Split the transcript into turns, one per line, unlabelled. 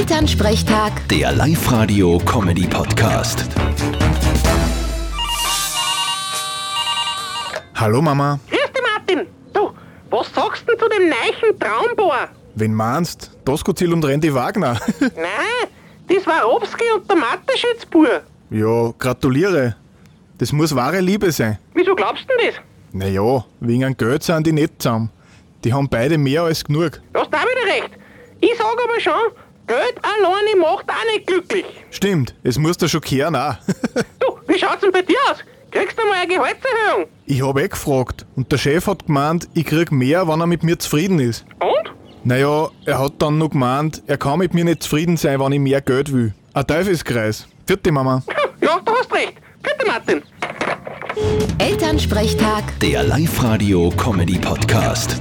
Elternsprechtag,
Der Live-Radio-Comedy-Podcast.
Hallo Mama,
Grüß dich, Martin. Du, was sagst denn zu dem neichen Traumbohr?
wen meinst? Doskozil und Randy Wagner.
Nein, das war Obski und der Mateschitz-Bur.
ja, gratuliere. Das muss wahre Liebe sein.
Wieso glaubst du denn das?
Naja, wegen einem Geld sind die nicht zusammen. Die haben beide mehr als genug.
Du hast auch wieder recht. Ich sag aber schon, Geld alleine macht auch nicht glücklich.
Stimmt, es muss da schon kehren auch.
Du, wie schaut's denn bei dir aus? Kriegst du mal eine Gehaltserhöhung?
ich habe eh gefragt und der Chef hat gemeint, ich krieg mehr, wenn er mit mir zufrieden ist.
Und?
Naja, er hat dann noch gemeint, er kann mit mir nicht zufrieden sein, wenn ich mehr Geld will. Ein Teufelskreis. Vierte Mama.
Ja, du hast recht. Bitte, Martin.
Elternsprechtag.
Der Live-Radio-Comedy-Podcast.